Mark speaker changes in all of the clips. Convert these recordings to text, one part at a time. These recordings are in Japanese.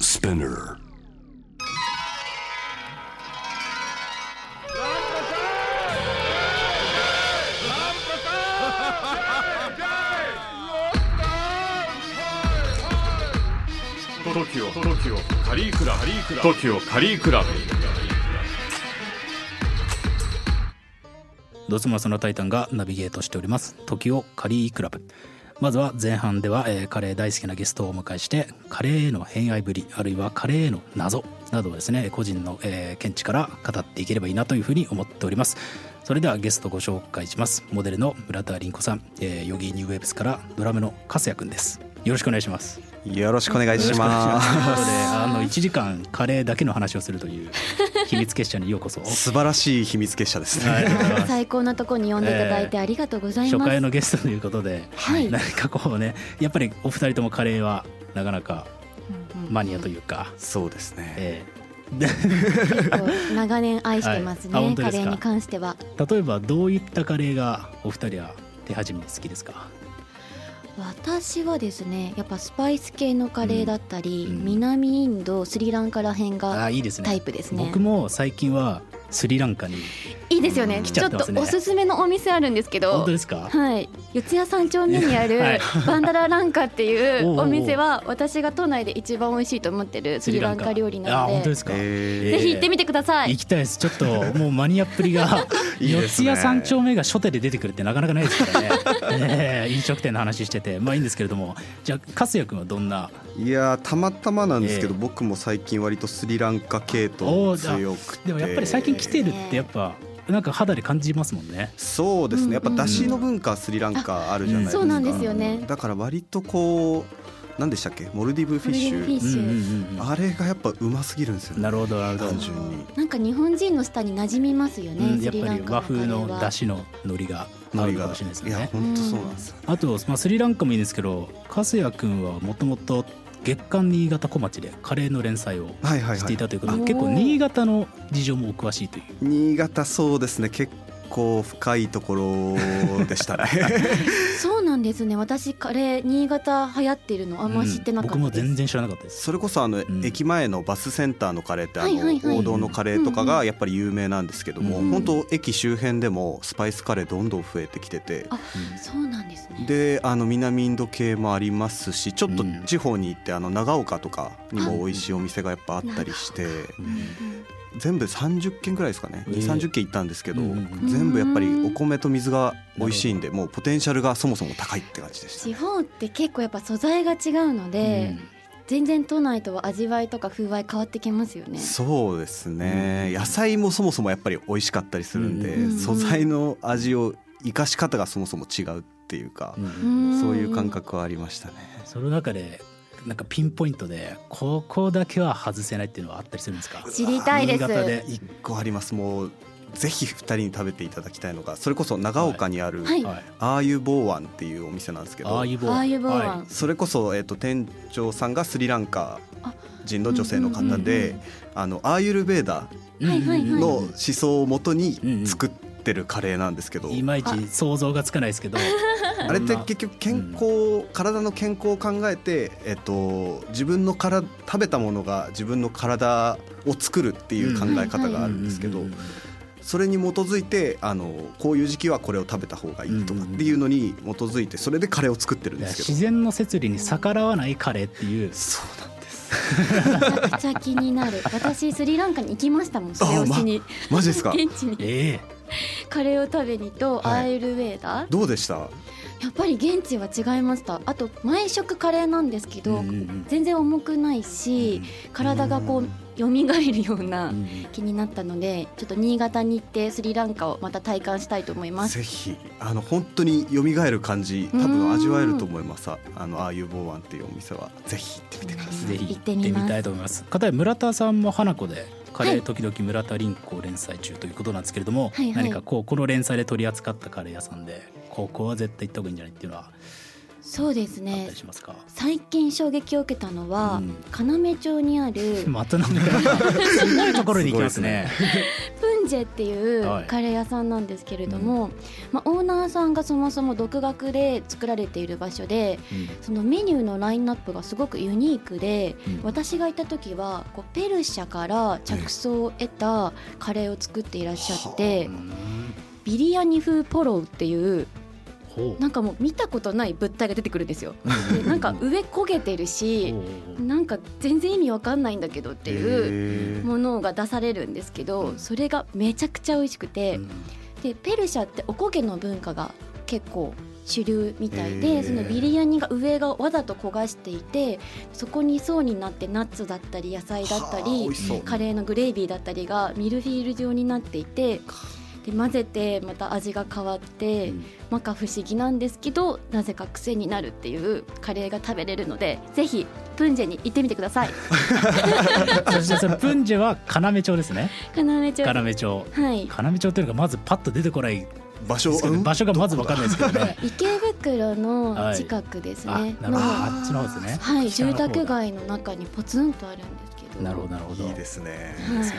Speaker 1: Spinner.
Speaker 2: 時を時をカリークラカリークラ時をカリークラ
Speaker 3: ドツムラスのタイタンがナビゲートしております時をカリークラブまずは前半では、えーカレー大好きなゲストをお迎えしてカレーへの偏愛ぶりあるいはカレーへの謎などをですね個人の、えー見地から語っていければいいなというふうに思っておりますそれではゲストご紹介しますモデルの村田凛子さん、えー、ヨギーニューウェーブスからドラムの粕谷くんですよろしくお願いします
Speaker 4: よろしくお願い
Speaker 3: とい
Speaker 4: しま
Speaker 3: うことであの1時間カレーだけの話をすると いう秘密結社にようこそ
Speaker 4: す。素晴らしい秘密結社ですね。
Speaker 3: はい
Speaker 5: 最高なとこに呼んでいただいてありがとうござい
Speaker 3: 初
Speaker 5: ます。
Speaker 3: 回のゲストということで、
Speaker 5: はい
Speaker 3: なんかこうねやっぱりお二人ともカレーはなかなかマニアというか、
Speaker 4: そうですね。
Speaker 3: え
Speaker 5: 結構長年愛してますね、
Speaker 3: はいあ本当で
Speaker 5: カ
Speaker 3: すか
Speaker 5: レーに関しては
Speaker 3: ー例えばどういったカレーがお二人は手始めに好きですか、
Speaker 5: 私はですねやっぱスパイス系のカレーだったり、
Speaker 3: うん
Speaker 5: 南インドスリランカら辺
Speaker 3: ああ
Speaker 5: が
Speaker 3: いいですね
Speaker 5: タイプですね
Speaker 3: 僕も最近はスリランカに
Speaker 5: いいですよね
Speaker 3: 来ち
Speaker 5: ち
Speaker 3: ゃ
Speaker 5: ょ
Speaker 3: っ
Speaker 5: ってと
Speaker 3: ますね
Speaker 5: おすすめのお店あるんですけ
Speaker 3: 本
Speaker 5: ど
Speaker 3: 当ですか
Speaker 5: はい四谷三丁目にあ る
Speaker 3: はい
Speaker 5: バンダラランカってい
Speaker 3: おうお
Speaker 5: う
Speaker 3: う
Speaker 5: お店は私が都内で一番美味しいと思ってる スリランカ料理
Speaker 3: あ
Speaker 5: な
Speaker 3: 本
Speaker 5: の
Speaker 3: 当
Speaker 5: で
Speaker 3: ですか、
Speaker 4: え
Speaker 5: ぜひ行ってみてください
Speaker 3: 行きたいですちょ っともうマニアっぷりが
Speaker 4: いいで
Speaker 3: 四
Speaker 4: す
Speaker 3: ツ
Speaker 4: ね
Speaker 3: 谷三丁目が初手で出てくるってなかなかないですからねええ飲食店の話しててまあいいんですけれどもじゃあ粕谷君はどんな
Speaker 4: ーいやーたまたまなんですけど、
Speaker 3: え
Speaker 4: 僕も最近割とスリランカ系
Speaker 3: お
Speaker 4: 統
Speaker 3: ーじゃあ
Speaker 4: 強くて
Speaker 3: でもやっぱり最近来てるってやっぱなんか肌で感じますもんね。
Speaker 4: そうですねやっぱ
Speaker 5: うんうん
Speaker 4: 出汁の文化はスリランカあるじゃないですか、
Speaker 5: そうなんですよね
Speaker 4: だから割とこう何でしたっけモルディブフィッシ
Speaker 5: モルディブ
Speaker 4: ュ
Speaker 5: フィッシ
Speaker 3: う
Speaker 5: ュ
Speaker 3: ん
Speaker 4: あれがやっぱうますぎるんですよ
Speaker 3: な
Speaker 4: ね
Speaker 3: るほどなるほど
Speaker 4: 単。純に
Speaker 5: なんか日本人の舌に馴染みますよね、
Speaker 3: うん
Speaker 5: ス
Speaker 3: やっ
Speaker 5: リ
Speaker 3: ぱ
Speaker 5: ラ
Speaker 3: り
Speaker 5: ンカ
Speaker 3: 和
Speaker 5: のカレ
Speaker 3: 風
Speaker 5: ー
Speaker 3: の
Speaker 5: は
Speaker 3: だしの海苔が合うのかもしれないですよ
Speaker 4: いや
Speaker 3: ね。
Speaker 4: 本当そうなんですよ、
Speaker 3: あと、まあ、スリランカもいいんですけど粕谷君はもともと月刊新潟小町でカレーの連載を
Speaker 4: はいはい
Speaker 3: し
Speaker 4: は
Speaker 3: てい
Speaker 4: い
Speaker 3: たということで、
Speaker 5: はいはい
Speaker 3: 結構新潟の事情もお詳しいという。
Speaker 4: 新潟そうですね結構深いところでした ね
Speaker 5: そうなんですね私カレー新潟流行ってるのあんま知ってなかった
Speaker 3: うん
Speaker 5: で
Speaker 3: 僕
Speaker 5: す、
Speaker 3: も全然知らなかったです。
Speaker 4: それこそあの、
Speaker 3: ん
Speaker 4: 駅前のバスセンターのカレーってあの、
Speaker 5: はいはいはい
Speaker 4: 王道のカレーとか
Speaker 5: うん
Speaker 4: がやっぱり有名なんですけども、
Speaker 3: うん
Speaker 4: 本当駅周辺でもスパイスカレーどんどん増えてきてて
Speaker 5: あそうなんですね
Speaker 4: であの南インド系もありますしちょっと
Speaker 3: うん
Speaker 4: 地方に行ってあの長岡とかにも美味しいお店がやっぱあったりして、
Speaker 3: うん
Speaker 4: 全部30軒ぐらいですかね、
Speaker 3: ええ
Speaker 4: 2 3 0軒行ったんですけど、
Speaker 3: うんうん
Speaker 5: うん
Speaker 4: 全部やっぱりお米と水が美味しいんでもうポテンシャルがそもそも高いって感じでした
Speaker 5: 地方って結構やっぱ素材が違うので、全然都内とは味わいとか風合い変わってきますよね
Speaker 4: そうですね、野菜もそもそもやっぱり美味しかったりするんで、
Speaker 5: うんうんうん
Speaker 4: 素材の味を生かし方がそもそも違うっていうか
Speaker 3: う、ん
Speaker 5: ん
Speaker 4: そういう感覚はありましたね。
Speaker 3: その中でなんかピンポイントでここだけは外せないっていうのはあったりするんですか
Speaker 5: 知りたいです
Speaker 3: 新潟で
Speaker 4: 一個ありますもうぜひ2人に食べていただきたいのがそれこそ長岡にある、
Speaker 5: はい
Speaker 3: はい、
Speaker 4: アーユボーワンっていうお店なんですけど
Speaker 3: ああいう棒
Speaker 5: アーユボーワン
Speaker 4: それこそ、えっと店長さんがスリランカ人の女性の
Speaker 3: うんう
Speaker 4: 方
Speaker 3: ん
Speaker 5: うんう
Speaker 4: で
Speaker 5: ん
Speaker 4: あのアーユルベーダ
Speaker 5: はいはいはい
Speaker 4: の
Speaker 3: うん
Speaker 4: 思想をもと
Speaker 3: うんうん
Speaker 4: に作ってるカレーなんですけど、
Speaker 3: いまいち想像がつかないですけど
Speaker 4: あれって結局健康体の健康を考えて、えっと、自分のから食べたものが自分の体を作るっていう考え方があるんですけど
Speaker 3: うん
Speaker 4: それに基づいてあのこういう時期はこれを食べた方がいいとかっていうのに基づいてそれでカレーを作ってるんですけ
Speaker 3: 自
Speaker 4: ど。
Speaker 3: 然の摂理に逆らわないカレーっていう
Speaker 4: そうなんです
Speaker 5: めちゃくちゃ気に なる私スリランカに行きましたもんそれをしに、
Speaker 4: マジですか
Speaker 5: 現地に
Speaker 3: ええ
Speaker 5: カレーを食べにとア
Speaker 4: はい
Speaker 5: ーユルウェーダー
Speaker 4: どうでした
Speaker 5: やっぱり現地は違いましたあと毎食カレーなんですけど、
Speaker 3: うんうんうん
Speaker 5: 全然重くないし、体がこう蘇るような
Speaker 3: うん
Speaker 5: 気になったのでちょっと新潟に行ってスリランカをまた体感したいと思います
Speaker 4: ぜひあの本当に蘇る感じ多分味わえると思いますああのああいうボーワンっていうお店はぜひ行ってみてください
Speaker 3: ぜひ
Speaker 5: 行
Speaker 3: 行
Speaker 5: っ
Speaker 3: ってて
Speaker 5: み
Speaker 3: み
Speaker 5: ます
Speaker 3: たいと思います片や村田さんも花子でカレー時々村田凛子を連載中ということなんですけれども、
Speaker 5: はいはい
Speaker 3: 何かこうこの連載で取り扱ったカレー屋さんでここは絶対行った方がいいんじゃないっていうのは
Speaker 5: そうです
Speaker 3: あっ
Speaker 5: ね
Speaker 3: たりしますか、
Speaker 5: 最近衝撃を受けたのは、
Speaker 3: うん
Speaker 5: 要町にある
Speaker 3: またなんかすごいところに行きますね。
Speaker 5: プンジェっていう
Speaker 3: はい
Speaker 5: カレー屋さんなんですけれども、まあ、オーナーさんがそもそも独学で作られている場所でそのメニューのラインナップがすごくユニークで、
Speaker 3: うん
Speaker 5: 私がいた時はこうペルシャから着想を得たカレーを作っていらっしゃって、
Speaker 3: うん
Speaker 5: ビリヤニ風ポロウっていう
Speaker 3: ほう
Speaker 5: なんかもう見たことない物体が出てくるんですよ。
Speaker 3: う
Speaker 5: でなんか上焦げてるし
Speaker 3: ほう
Speaker 5: なんか全然意味わかんないんだけどっていう
Speaker 4: へー
Speaker 5: ものが出されるんですけどそれがめちゃくちゃ美味しくて
Speaker 3: うん
Speaker 5: でペルシャっておこげの文化が結構主流みたい
Speaker 4: へ
Speaker 5: で
Speaker 4: ー
Speaker 5: そのビリヤニが上がわざと焦がしていてそこに層になってナッツだったり野菜だっ
Speaker 4: は
Speaker 5: た
Speaker 4: あ美
Speaker 5: り
Speaker 4: 味しそう
Speaker 5: カレーのグレービーだったりがミルフィール状になっていてで混ぜてまた味が変わって、
Speaker 3: うん
Speaker 5: まか不思議なんですけどなぜか癖になるっていうカレーが食べれるのでぜひプンジェに行ってみてくだ さい。
Speaker 3: そしてそのプンジェは要町ですね。
Speaker 5: かなめちゃん
Speaker 3: 要町。
Speaker 5: はい
Speaker 3: 要町というのがまずパッと出てこない
Speaker 4: 場所
Speaker 3: ですけど、
Speaker 4: うん
Speaker 3: 場所がまずわかんないですけどね。
Speaker 5: 池袋の近くですね、
Speaker 3: あ、なるほど。
Speaker 5: の
Speaker 3: あっちの方ですね。
Speaker 5: はい、
Speaker 3: 北の方
Speaker 5: 住
Speaker 3: だ
Speaker 5: 宅。街の中にポツンとあるんですけど。
Speaker 3: なるほどなるほど。
Speaker 4: いいですね。
Speaker 5: はい、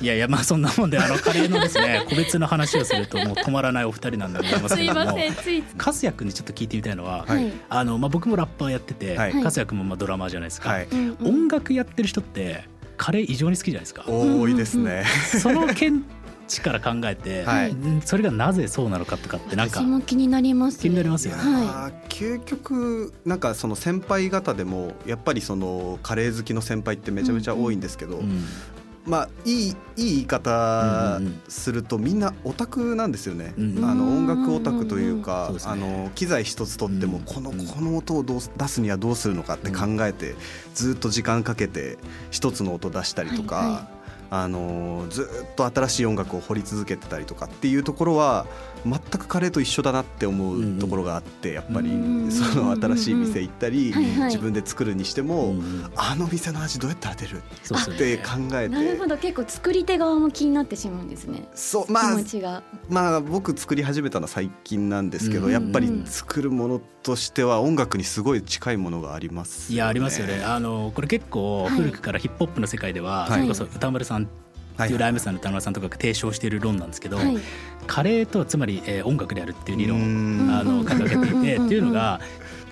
Speaker 3: いやいやまあそんなもんであ のカレーのですね個別の話をするともう止まらないお二人なんだと思います
Speaker 5: す
Speaker 3: け
Speaker 5: い
Speaker 3: ども
Speaker 5: ません、つい。
Speaker 3: カスヤ君にちょっと聞いてみたいのは、
Speaker 5: はい。
Speaker 3: あのまあ、僕もラッパーやってて、
Speaker 4: はい
Speaker 3: カスヤ君もまあドラマーじゃないですか、
Speaker 4: はい。
Speaker 5: うんうん
Speaker 3: 音楽やってる人ってカレー異常に好きじゃないですか
Speaker 4: 多いですね。
Speaker 3: その見地から考えて、
Speaker 4: はい
Speaker 3: うんそれがなぜそうなのかとかってなんか
Speaker 5: 私も気になります。
Speaker 3: 気になりますよね
Speaker 5: はい
Speaker 4: あー究極なんかその先輩方でもやっぱりそのカレー好きの先輩ってめちゃめちゃ多いんですけど、
Speaker 3: うん
Speaker 4: まあいいいい言い方
Speaker 3: うんうんうん
Speaker 4: するとみんなオタクなんですよね、
Speaker 3: うん
Speaker 4: あの音楽オタクという
Speaker 3: うん
Speaker 4: か、
Speaker 3: うんうんそう
Speaker 4: あ
Speaker 3: ですね
Speaker 4: の機材一つとっても
Speaker 3: うん
Speaker 4: この,、
Speaker 3: うん
Speaker 4: この音をどうす出すにはどうするのかって考えて、ずっと時間かけて一つの音出したりとか、
Speaker 5: はいはい
Speaker 4: あのずっと新しい音楽を掘り続けてたりとかっていうところは全くカレーと一緒だなって思うところがあって、やっぱり
Speaker 3: うん
Speaker 5: うん
Speaker 4: その新しい店行ったり、
Speaker 5: はいはい
Speaker 4: 自分で作るにしても、
Speaker 3: うん
Speaker 4: あの店の味どうやったら出る
Speaker 3: そうです
Speaker 4: っ
Speaker 3: よ
Speaker 4: て
Speaker 3: ね
Speaker 4: 考えて
Speaker 5: なるほど、結構作り手側も気になってしまうんですね。
Speaker 4: そう
Speaker 5: 気
Speaker 4: まあ
Speaker 5: 持ちが。
Speaker 4: まあ僕作り始めたのは最近なんですけど、
Speaker 3: うん
Speaker 4: やっぱり作るものとしては音楽にすごい近いものがあります、
Speaker 3: いやありますよねあのこれ結構
Speaker 5: はい
Speaker 3: 古くからヒップホップの世界では、
Speaker 4: はい
Speaker 3: それこそ歌丸さんって
Speaker 4: はいいう
Speaker 3: ライムさんの歌丸さんとかが提唱している論なんですけど、
Speaker 5: はい。
Speaker 3: カレーとはつまり、えー音楽であるっていう理
Speaker 4: う
Speaker 3: 論を
Speaker 4: ん
Speaker 3: あの掲げていて
Speaker 5: うん
Speaker 3: っていうの が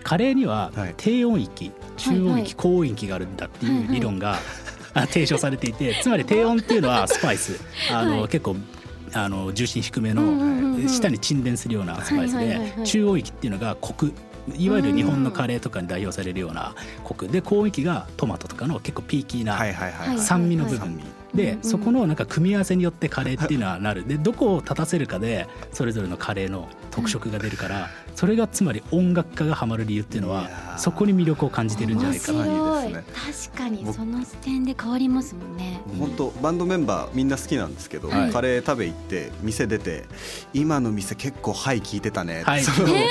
Speaker 3: カレーには
Speaker 4: はい
Speaker 3: 低音域中音
Speaker 5: はいはい
Speaker 3: 域高音域があるんだっていう理論があ提唱されていてつまり低音っていうの はスパイスあの、
Speaker 5: はい
Speaker 3: 結構あの重心低め
Speaker 5: うん
Speaker 3: の
Speaker 5: うんうんうん
Speaker 3: 下に沈殿するようなスパイス
Speaker 5: はいはいはいは
Speaker 3: で
Speaker 5: い
Speaker 3: 中音域っていうのがコクいわゆる日本のカレーとかに代表されるようなコクで高音域がトマトとかの結構ピーキー
Speaker 4: は
Speaker 3: ない
Speaker 4: はいはい、はい、
Speaker 3: 酸味の部
Speaker 5: は
Speaker 3: 分
Speaker 4: 酸味
Speaker 5: うん
Speaker 3: で
Speaker 5: うん
Speaker 3: そこのなんか組み合わせによってカレーっていうのはなるでどこを立たせるかでそれぞれのカレーの特色が出るからそれがつまり音楽家がハマる理由っていうの
Speaker 4: いや
Speaker 3: は
Speaker 4: ー
Speaker 3: そこに魅力を感じてるんじゃないかな
Speaker 4: 面
Speaker 5: 白い
Speaker 4: いいで
Speaker 5: 確かにその視点で変わりますもんね。
Speaker 4: 本当バンドメンバーみんな好きなんですけど、
Speaker 3: はい
Speaker 4: カレー食べ行って店出て今の店結構はい聞いてたね、
Speaker 3: はい
Speaker 4: その
Speaker 5: ええ、面白い。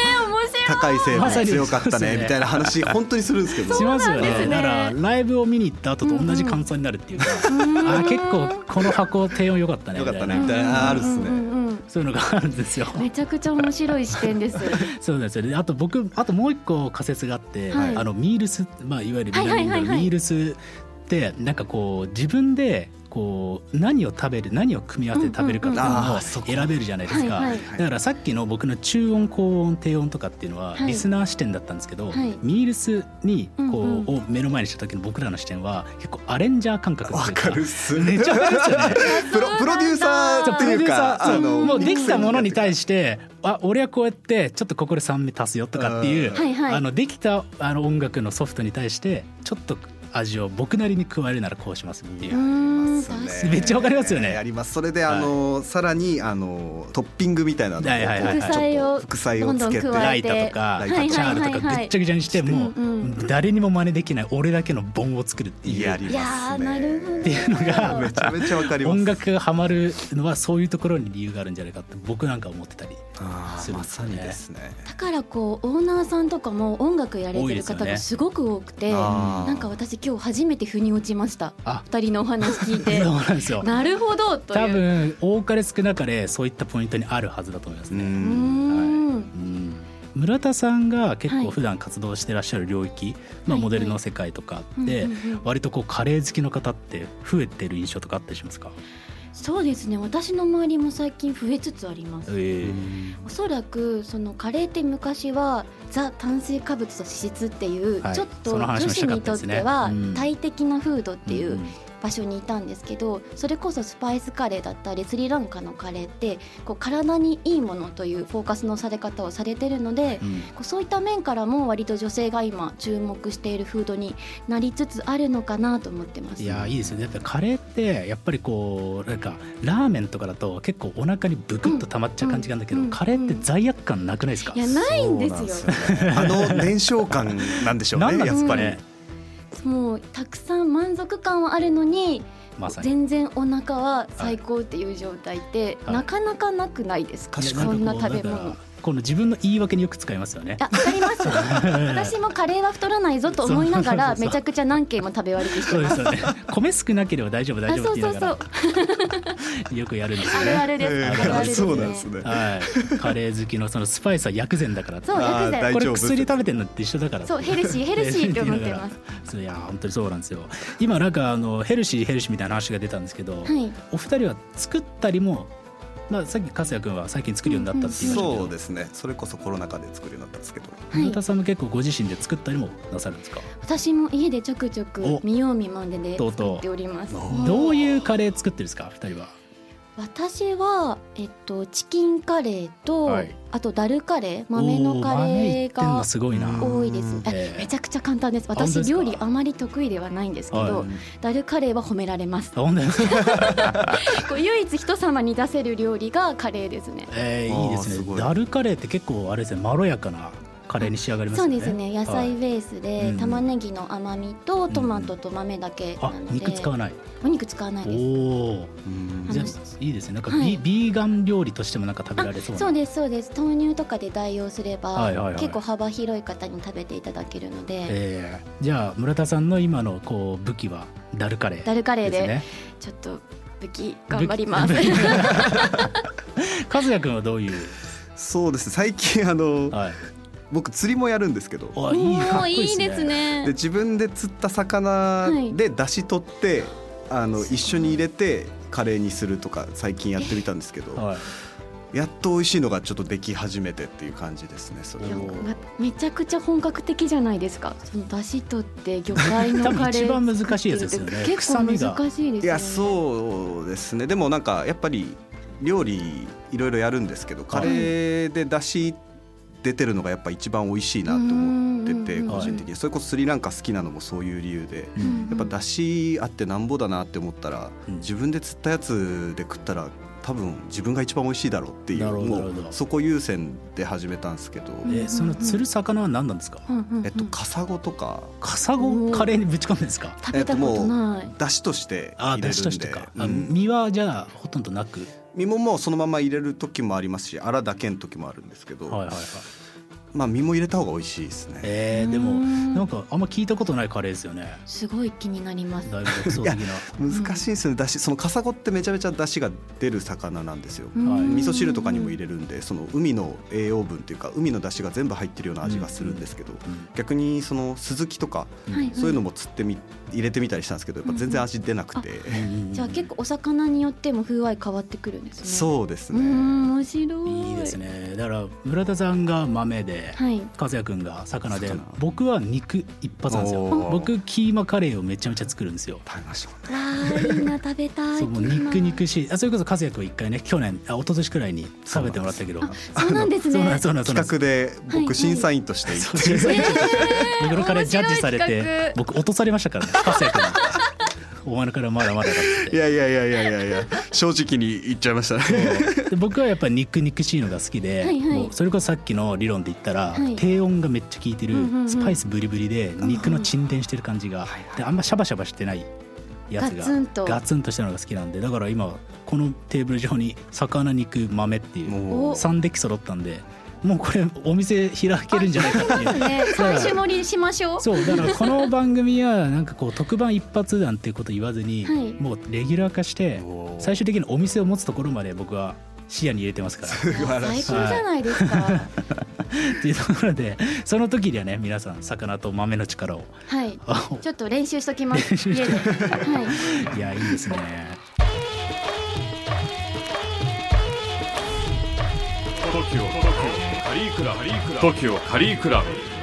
Speaker 4: 高い成
Speaker 3: ま
Speaker 4: 分
Speaker 3: さに
Speaker 4: 強かった
Speaker 3: そうです
Speaker 4: ね
Speaker 3: ね
Speaker 4: みたいな話本当にするんですけど
Speaker 3: しますよ
Speaker 5: そうなんで
Speaker 3: ね
Speaker 5: すね
Speaker 3: だからライブを見に行った後と同じ感想になるっていうかあー結構この箱低音良かったね
Speaker 4: よ
Speaker 3: み
Speaker 4: か
Speaker 3: た
Speaker 4: った
Speaker 3: い
Speaker 4: ねみ
Speaker 3: な
Speaker 4: たいなあるっす
Speaker 5: うん
Speaker 4: ね
Speaker 5: うんうん
Speaker 3: そういうのがあるんですよ
Speaker 5: めちゃくちゃ面白い視点です。
Speaker 3: そうなんですよねあと僕あともう一個仮説があって
Speaker 5: はい
Speaker 3: あのミールスまあいわゆる南インド
Speaker 5: はいはい
Speaker 3: の
Speaker 5: はいはい
Speaker 3: ミールスってなんかこう自分でこう何を食べる何を組み合わせて食べるかっていう
Speaker 4: うんうんうん
Speaker 3: の
Speaker 4: あ
Speaker 3: を
Speaker 4: ーそこ
Speaker 3: 選べるじゃないですか、
Speaker 5: はいはい
Speaker 3: だからさっきの僕の中音高音低音とかっていうのは
Speaker 5: はい
Speaker 3: リスナー視点だったんですけど、
Speaker 5: はい
Speaker 3: ミールスにこう、
Speaker 5: うんう
Speaker 3: を目の前にした時の僕らの視点は結構アレンジャー感覚
Speaker 4: わ
Speaker 3: ってい
Speaker 4: か
Speaker 3: う
Speaker 4: るっす
Speaker 3: めちゃくちゃですよね
Speaker 4: プロプロデューサーっていうか
Speaker 3: そう
Speaker 4: あの
Speaker 3: もうできたものに対してあ俺はこうやってちょっとここで酸味足すよとかっていう、
Speaker 4: うん
Speaker 5: はいはい
Speaker 3: あのできたあの音楽のソフトに対してちょっと味を僕なりに加えるならこうしますっていうう。
Speaker 5: ん、
Speaker 4: そう
Speaker 5: 確
Speaker 4: ね
Speaker 5: か
Speaker 3: めっちゃわかりますよね
Speaker 4: あります。それであの、さらにあのトッピングみたいなのを
Speaker 3: はいはいはいはい
Speaker 4: ちょっと
Speaker 5: 副
Speaker 4: 副菜
Speaker 5: 菜を
Speaker 4: をつけて
Speaker 5: どんどん加
Speaker 3: ラ
Speaker 5: え
Speaker 3: イ
Speaker 5: て
Speaker 3: タとか
Speaker 4: ライ
Speaker 3: チ
Speaker 4: タとか
Speaker 3: ャールとかぐっちゃぐちゃにしても
Speaker 5: うんうん
Speaker 3: う誰にも真似できない俺だけの盆を作るっていう
Speaker 4: やり
Speaker 3: っ
Speaker 5: いや
Speaker 4: ます
Speaker 5: ー
Speaker 4: ね。
Speaker 5: なるほど。
Speaker 3: ていうの
Speaker 4: め
Speaker 3: が
Speaker 4: ちゃめちゃわかります。
Speaker 3: 音楽がハマるのはそういうところに理由があるんじゃないかって僕なんか思ってたり
Speaker 4: あ
Speaker 3: する
Speaker 4: ー
Speaker 3: ん
Speaker 4: ま
Speaker 3: です
Speaker 4: さ
Speaker 3: よね
Speaker 4: にですね。
Speaker 5: だからこうオーナーさんとかも音楽やられてる方がすごく多くて、
Speaker 4: あー
Speaker 5: なんか私今日初めて腑に落ちました
Speaker 3: あ
Speaker 5: 二人のお話聞い
Speaker 3: そう
Speaker 5: て
Speaker 3: なんですよ
Speaker 5: なるほどという
Speaker 3: 多分多かれ少なかれそういったポイントにあるはずだと思います
Speaker 4: う
Speaker 3: ね。
Speaker 5: うー
Speaker 4: ん。
Speaker 5: ん、
Speaker 3: うん村田さんが結
Speaker 5: はい
Speaker 3: 構普段活動してらっしゃる領域、まあ、
Speaker 5: はい
Speaker 3: モデルの世界とか
Speaker 5: うんうん
Speaker 3: で
Speaker 5: うん
Speaker 3: 割とこうカレー好きの方って増えてる印象とかあったりしますか、
Speaker 5: そうですね私の周りも最近増えつつあります
Speaker 3: えー
Speaker 5: おそらくそのカレーって昔はザ炭水化物と脂質っていう、
Speaker 3: はい
Speaker 5: ちょっと
Speaker 3: その
Speaker 5: 女
Speaker 3: 話もし
Speaker 5: 子
Speaker 3: たかっ
Speaker 5: に
Speaker 3: たで
Speaker 5: とっ
Speaker 3: すね
Speaker 5: ては
Speaker 3: うん
Speaker 5: 大敵なフードってい
Speaker 3: ん
Speaker 5: うん場所にいたんですけどそれこそスパイスカレーだったりスリランカのカレーってこう体にいいものというフォーカスのされ方をされてるので
Speaker 3: うん
Speaker 5: こうそういった面からも割と女性が今注目しているフードになりつつあるのかなと思ってます。
Speaker 3: いやーいいですよねやっぱりカレーってやっぱりこうなんかラーメンとかだと結構お腹にブクッと溜まっちゃう感じなんだけど、
Speaker 5: うんうん
Speaker 3: カレーって罪悪感なくないですか、
Speaker 5: いやないんですよ
Speaker 4: そうなんですよねあの燃焼感なんでしょう
Speaker 3: なん
Speaker 4: ね
Speaker 3: なん
Speaker 4: や
Speaker 3: です
Speaker 4: っ
Speaker 3: か
Speaker 4: ぱり、
Speaker 3: ね
Speaker 5: もうたくさん満足感はあるのに
Speaker 3: まさに
Speaker 5: 全然お腹は最高っていう状態って、
Speaker 3: はい
Speaker 5: なかなかなくないですか、
Speaker 4: 確かに
Speaker 5: そんな
Speaker 3: こう
Speaker 5: 食べ
Speaker 3: だか
Speaker 5: 物
Speaker 3: らこの自分の言い訳によく使いますよね
Speaker 5: あわかりま す私もカレーは太らないぞと思いながらめちゃくちゃ何軒も食べ割りして
Speaker 3: そうで
Speaker 5: ます
Speaker 3: すよね 米少なければ大丈夫大丈夫って言いながら
Speaker 5: あそ
Speaker 3: よくやるんですよ
Speaker 5: あるあ
Speaker 3: ね
Speaker 5: るです、
Speaker 4: え
Speaker 5: あ
Speaker 4: ー
Speaker 5: るあるです、ね、
Speaker 4: そうなんですね
Speaker 3: はいカレー好きのそのスパイスは薬膳だからって
Speaker 5: そう
Speaker 4: あー大
Speaker 5: 薬膳
Speaker 3: これ
Speaker 4: 丈夫
Speaker 3: 薬食べてるのって一緒だからって
Speaker 5: そう ヘルシーヘルシーって思ってます
Speaker 3: そういや本当にそうなんですよ今なんかあのヘルシーヘルシーみたいな話が出たんですけど、
Speaker 5: はい
Speaker 3: お二人は作ったりも、まあ、さっき粕谷君は最近作るようになったって言いましたけど、
Speaker 4: そうですねそれこそコロナ禍で作るようになったんですけど
Speaker 5: はい
Speaker 3: 村田さんも結構ご自身で作ったりもなさるんですか、
Speaker 5: 私も家でちょくちょく
Speaker 3: お
Speaker 5: 見よう見まねで
Speaker 3: と
Speaker 5: 作
Speaker 3: うとう
Speaker 5: っております
Speaker 3: どう
Speaker 5: う
Speaker 3: いうカレー作ってるんですか二人は
Speaker 5: 私は、えっと、チキンカレーと、
Speaker 3: はい
Speaker 5: あとダルカレー豆のカレー
Speaker 3: お豆いってん
Speaker 5: が
Speaker 3: のすごいな、
Speaker 4: うん
Speaker 5: 多いです、あ
Speaker 3: ええ
Speaker 5: めちゃくちゃ簡単です
Speaker 3: 本当です
Speaker 5: 私
Speaker 3: か
Speaker 5: 料理あまり得意ではないんですけど、
Speaker 3: はい
Speaker 5: ダルカレーは褒められます
Speaker 3: あ本当ですか
Speaker 5: こう唯一人様に出せる料理がカレーですね
Speaker 3: えーいいですね
Speaker 4: あーすごい
Speaker 3: ダルカレーって結構あれですねまろやかなカレーに仕上がります
Speaker 5: そ
Speaker 3: よ
Speaker 5: う
Speaker 3: ね
Speaker 5: ですね野菜
Speaker 3: はい
Speaker 5: ベースで、
Speaker 3: うん
Speaker 5: 玉ねぎの甘みとトマトと豆だけな
Speaker 3: あ
Speaker 5: ので、
Speaker 3: 肉使わない
Speaker 5: お肉使わない
Speaker 3: お
Speaker 5: で
Speaker 3: お
Speaker 5: すあの
Speaker 3: じゃあいいですねなんかビ,、
Speaker 5: はい
Speaker 3: ビーガン料理としてもなんか食べられそうな
Speaker 5: そうですそうです豆乳とかで代用すれば、
Speaker 3: はいはいはい
Speaker 5: 結構幅広い方に食べていただけるので、
Speaker 3: えーじゃあ村田さんの今のこう武器はダルカレー
Speaker 5: ダルカレー
Speaker 3: です
Speaker 5: で
Speaker 3: ね。
Speaker 5: ちょっと武器頑張りま
Speaker 3: 武
Speaker 5: すはい
Speaker 3: 器。 和也君はどういう。
Speaker 4: そうですね最近あの
Speaker 3: はい。
Speaker 4: 僕釣りもやるんですけど
Speaker 3: お
Speaker 5: も
Speaker 3: かっこ
Speaker 5: ういいです。
Speaker 4: で
Speaker 5: ね
Speaker 4: 自分で釣った魚
Speaker 5: はい
Speaker 4: で出汁取って、あの一緒に入れてカレーにするとか最近やってみたんですけど、
Speaker 3: はい。
Speaker 4: やっと美味しいのがちょっとでき始めてっていう感じですねそれ
Speaker 5: いや
Speaker 4: を
Speaker 3: お
Speaker 5: まめちゃくちゃ本格的じゃないですかその出汁取って魚介の
Speaker 3: 多
Speaker 5: カ
Speaker 3: 分
Speaker 5: レー
Speaker 3: 一番難しいやつですよね。
Speaker 5: 結構
Speaker 3: 臭み
Speaker 5: 難
Speaker 3: が。
Speaker 5: しいですよね
Speaker 4: いやそうですねでもなんかやっぱり料理いろいろやるんですけどカレーで出汁出てるのがやっぱ一番美味しいなと思ってて
Speaker 5: うんうんうん
Speaker 4: 個人的にそれこそスリランカ好きなのもそういう理由で
Speaker 3: う
Speaker 5: うん
Speaker 3: ん
Speaker 4: やっぱ出汁あってなんぼだなって思ったら、
Speaker 3: うん
Speaker 4: 自分で釣ったやつで食ったら多分自分が一番美味しいだろうっていう
Speaker 3: なるほど
Speaker 4: も
Speaker 3: なるほど
Speaker 4: うそこ優先で始めたんですけど、
Speaker 5: うん
Speaker 3: えー、その釣る魚は何なんですか。
Speaker 5: うんうんうん
Speaker 4: えっとカサゴとか
Speaker 3: カサゴをカレーにぶち込んでんですか。
Speaker 5: 食べたことない
Speaker 4: 出汁として
Speaker 3: あー、
Speaker 4: 入れ
Speaker 3: 出
Speaker 4: る
Speaker 3: 汁
Speaker 4: ん
Speaker 3: として
Speaker 4: で
Speaker 3: か。
Speaker 4: う
Speaker 3: あ
Speaker 4: ん
Speaker 3: 身はじゃあ、ほとんどなく。
Speaker 4: 身ももうそのまま入れる時もありますしアラだけの時もあるんですけど、
Speaker 3: はいはいはい。
Speaker 4: まあ身も入れた方が美味しいですね。
Speaker 3: えー、で
Speaker 5: う
Speaker 3: も、
Speaker 5: ん
Speaker 3: なんかあんま聞いたことないカレーですよね。
Speaker 5: すごい気になります
Speaker 3: だいぶ独創的な。
Speaker 4: 難しいですよねだしそのカサゴってめちゃめちゃ出汁が出る魚なんですよ、
Speaker 5: うん
Speaker 3: はい
Speaker 4: 味噌汁とかにも入れるんでその海の栄養分というか海の出汁が全部入ってるような味がするんですけど、
Speaker 3: うん
Speaker 4: 逆にそのスズキとか
Speaker 5: はい
Speaker 4: そういうのも釣ってみ入れてみたりしたんですけどやっぱ全然味出なくて、
Speaker 3: うん
Speaker 5: じゃあ結構お魚によっても風合い変わってくるんですねう
Speaker 4: そうです
Speaker 5: ー
Speaker 4: ね
Speaker 5: ん面白い
Speaker 3: いいですね。だから、村田さんが豆で。
Speaker 5: はい
Speaker 3: 和也くんが魚で
Speaker 4: 魚
Speaker 3: 僕は肉一発なんですよ
Speaker 4: おー
Speaker 3: 僕キーマカレーをめちゃめちゃ作るんですよ
Speaker 4: 食べましょうね
Speaker 5: わあいいな食べたい
Speaker 3: そうもう
Speaker 5: 気にな
Speaker 3: 肉
Speaker 5: る
Speaker 3: 肉しいあそれこそ和也くん一回ね去年あ一昨年くらいに食べてもらったけど
Speaker 5: あそうなんです
Speaker 3: そうなんで
Speaker 5: ね
Speaker 3: すそうなんですそうなん
Speaker 4: 企
Speaker 3: です
Speaker 4: 画で
Speaker 5: はいは
Speaker 4: 僕
Speaker 5: い
Speaker 4: 審査員とし て行っ
Speaker 3: そうそう僕のカレー
Speaker 5: 面白い
Speaker 3: ジャッジされ
Speaker 5: 企
Speaker 3: て
Speaker 5: 画
Speaker 3: 僕落とされましたから ね和也くんにお前のカレーまだまだだって
Speaker 4: ていやいやいやいやいやいや正直に言っちゃいましたね
Speaker 3: で僕はやっぱり肉肉しいのが好きで、
Speaker 5: はいはい
Speaker 3: もうそれこそさっきの理論で言ったら、
Speaker 5: はい
Speaker 3: 低温がめっちゃ効いてる、
Speaker 5: うんうんうん
Speaker 3: スパイスブリブリで肉の沈殿してる感じが、であんまシャバシャバしてないやつが
Speaker 5: ガツンと
Speaker 3: ガツンとしたのが好きなんでだから今このテーブル上に魚肉豆っていう
Speaker 4: も
Speaker 5: お
Speaker 4: う
Speaker 3: 3デッキ揃ったんでもうこれお店開けるんじゃないかっていう。
Speaker 5: ね三種盛りしましょ う
Speaker 3: そうだからこの番組はなんかこう特番一発弾っていうこと言わずに、
Speaker 5: はい
Speaker 3: もうレギュラー化して最終的にお店を持つところまで僕は視野に入れてますから
Speaker 5: 最高じゃないですか
Speaker 3: っていうところでその時にはね皆さん魚と豆の力を
Speaker 5: はい
Speaker 3: あ
Speaker 5: ちょっと練習しときます家ではい
Speaker 3: いやいいですね。
Speaker 2: TOKIO カリークラブ TOKIO カリークラブ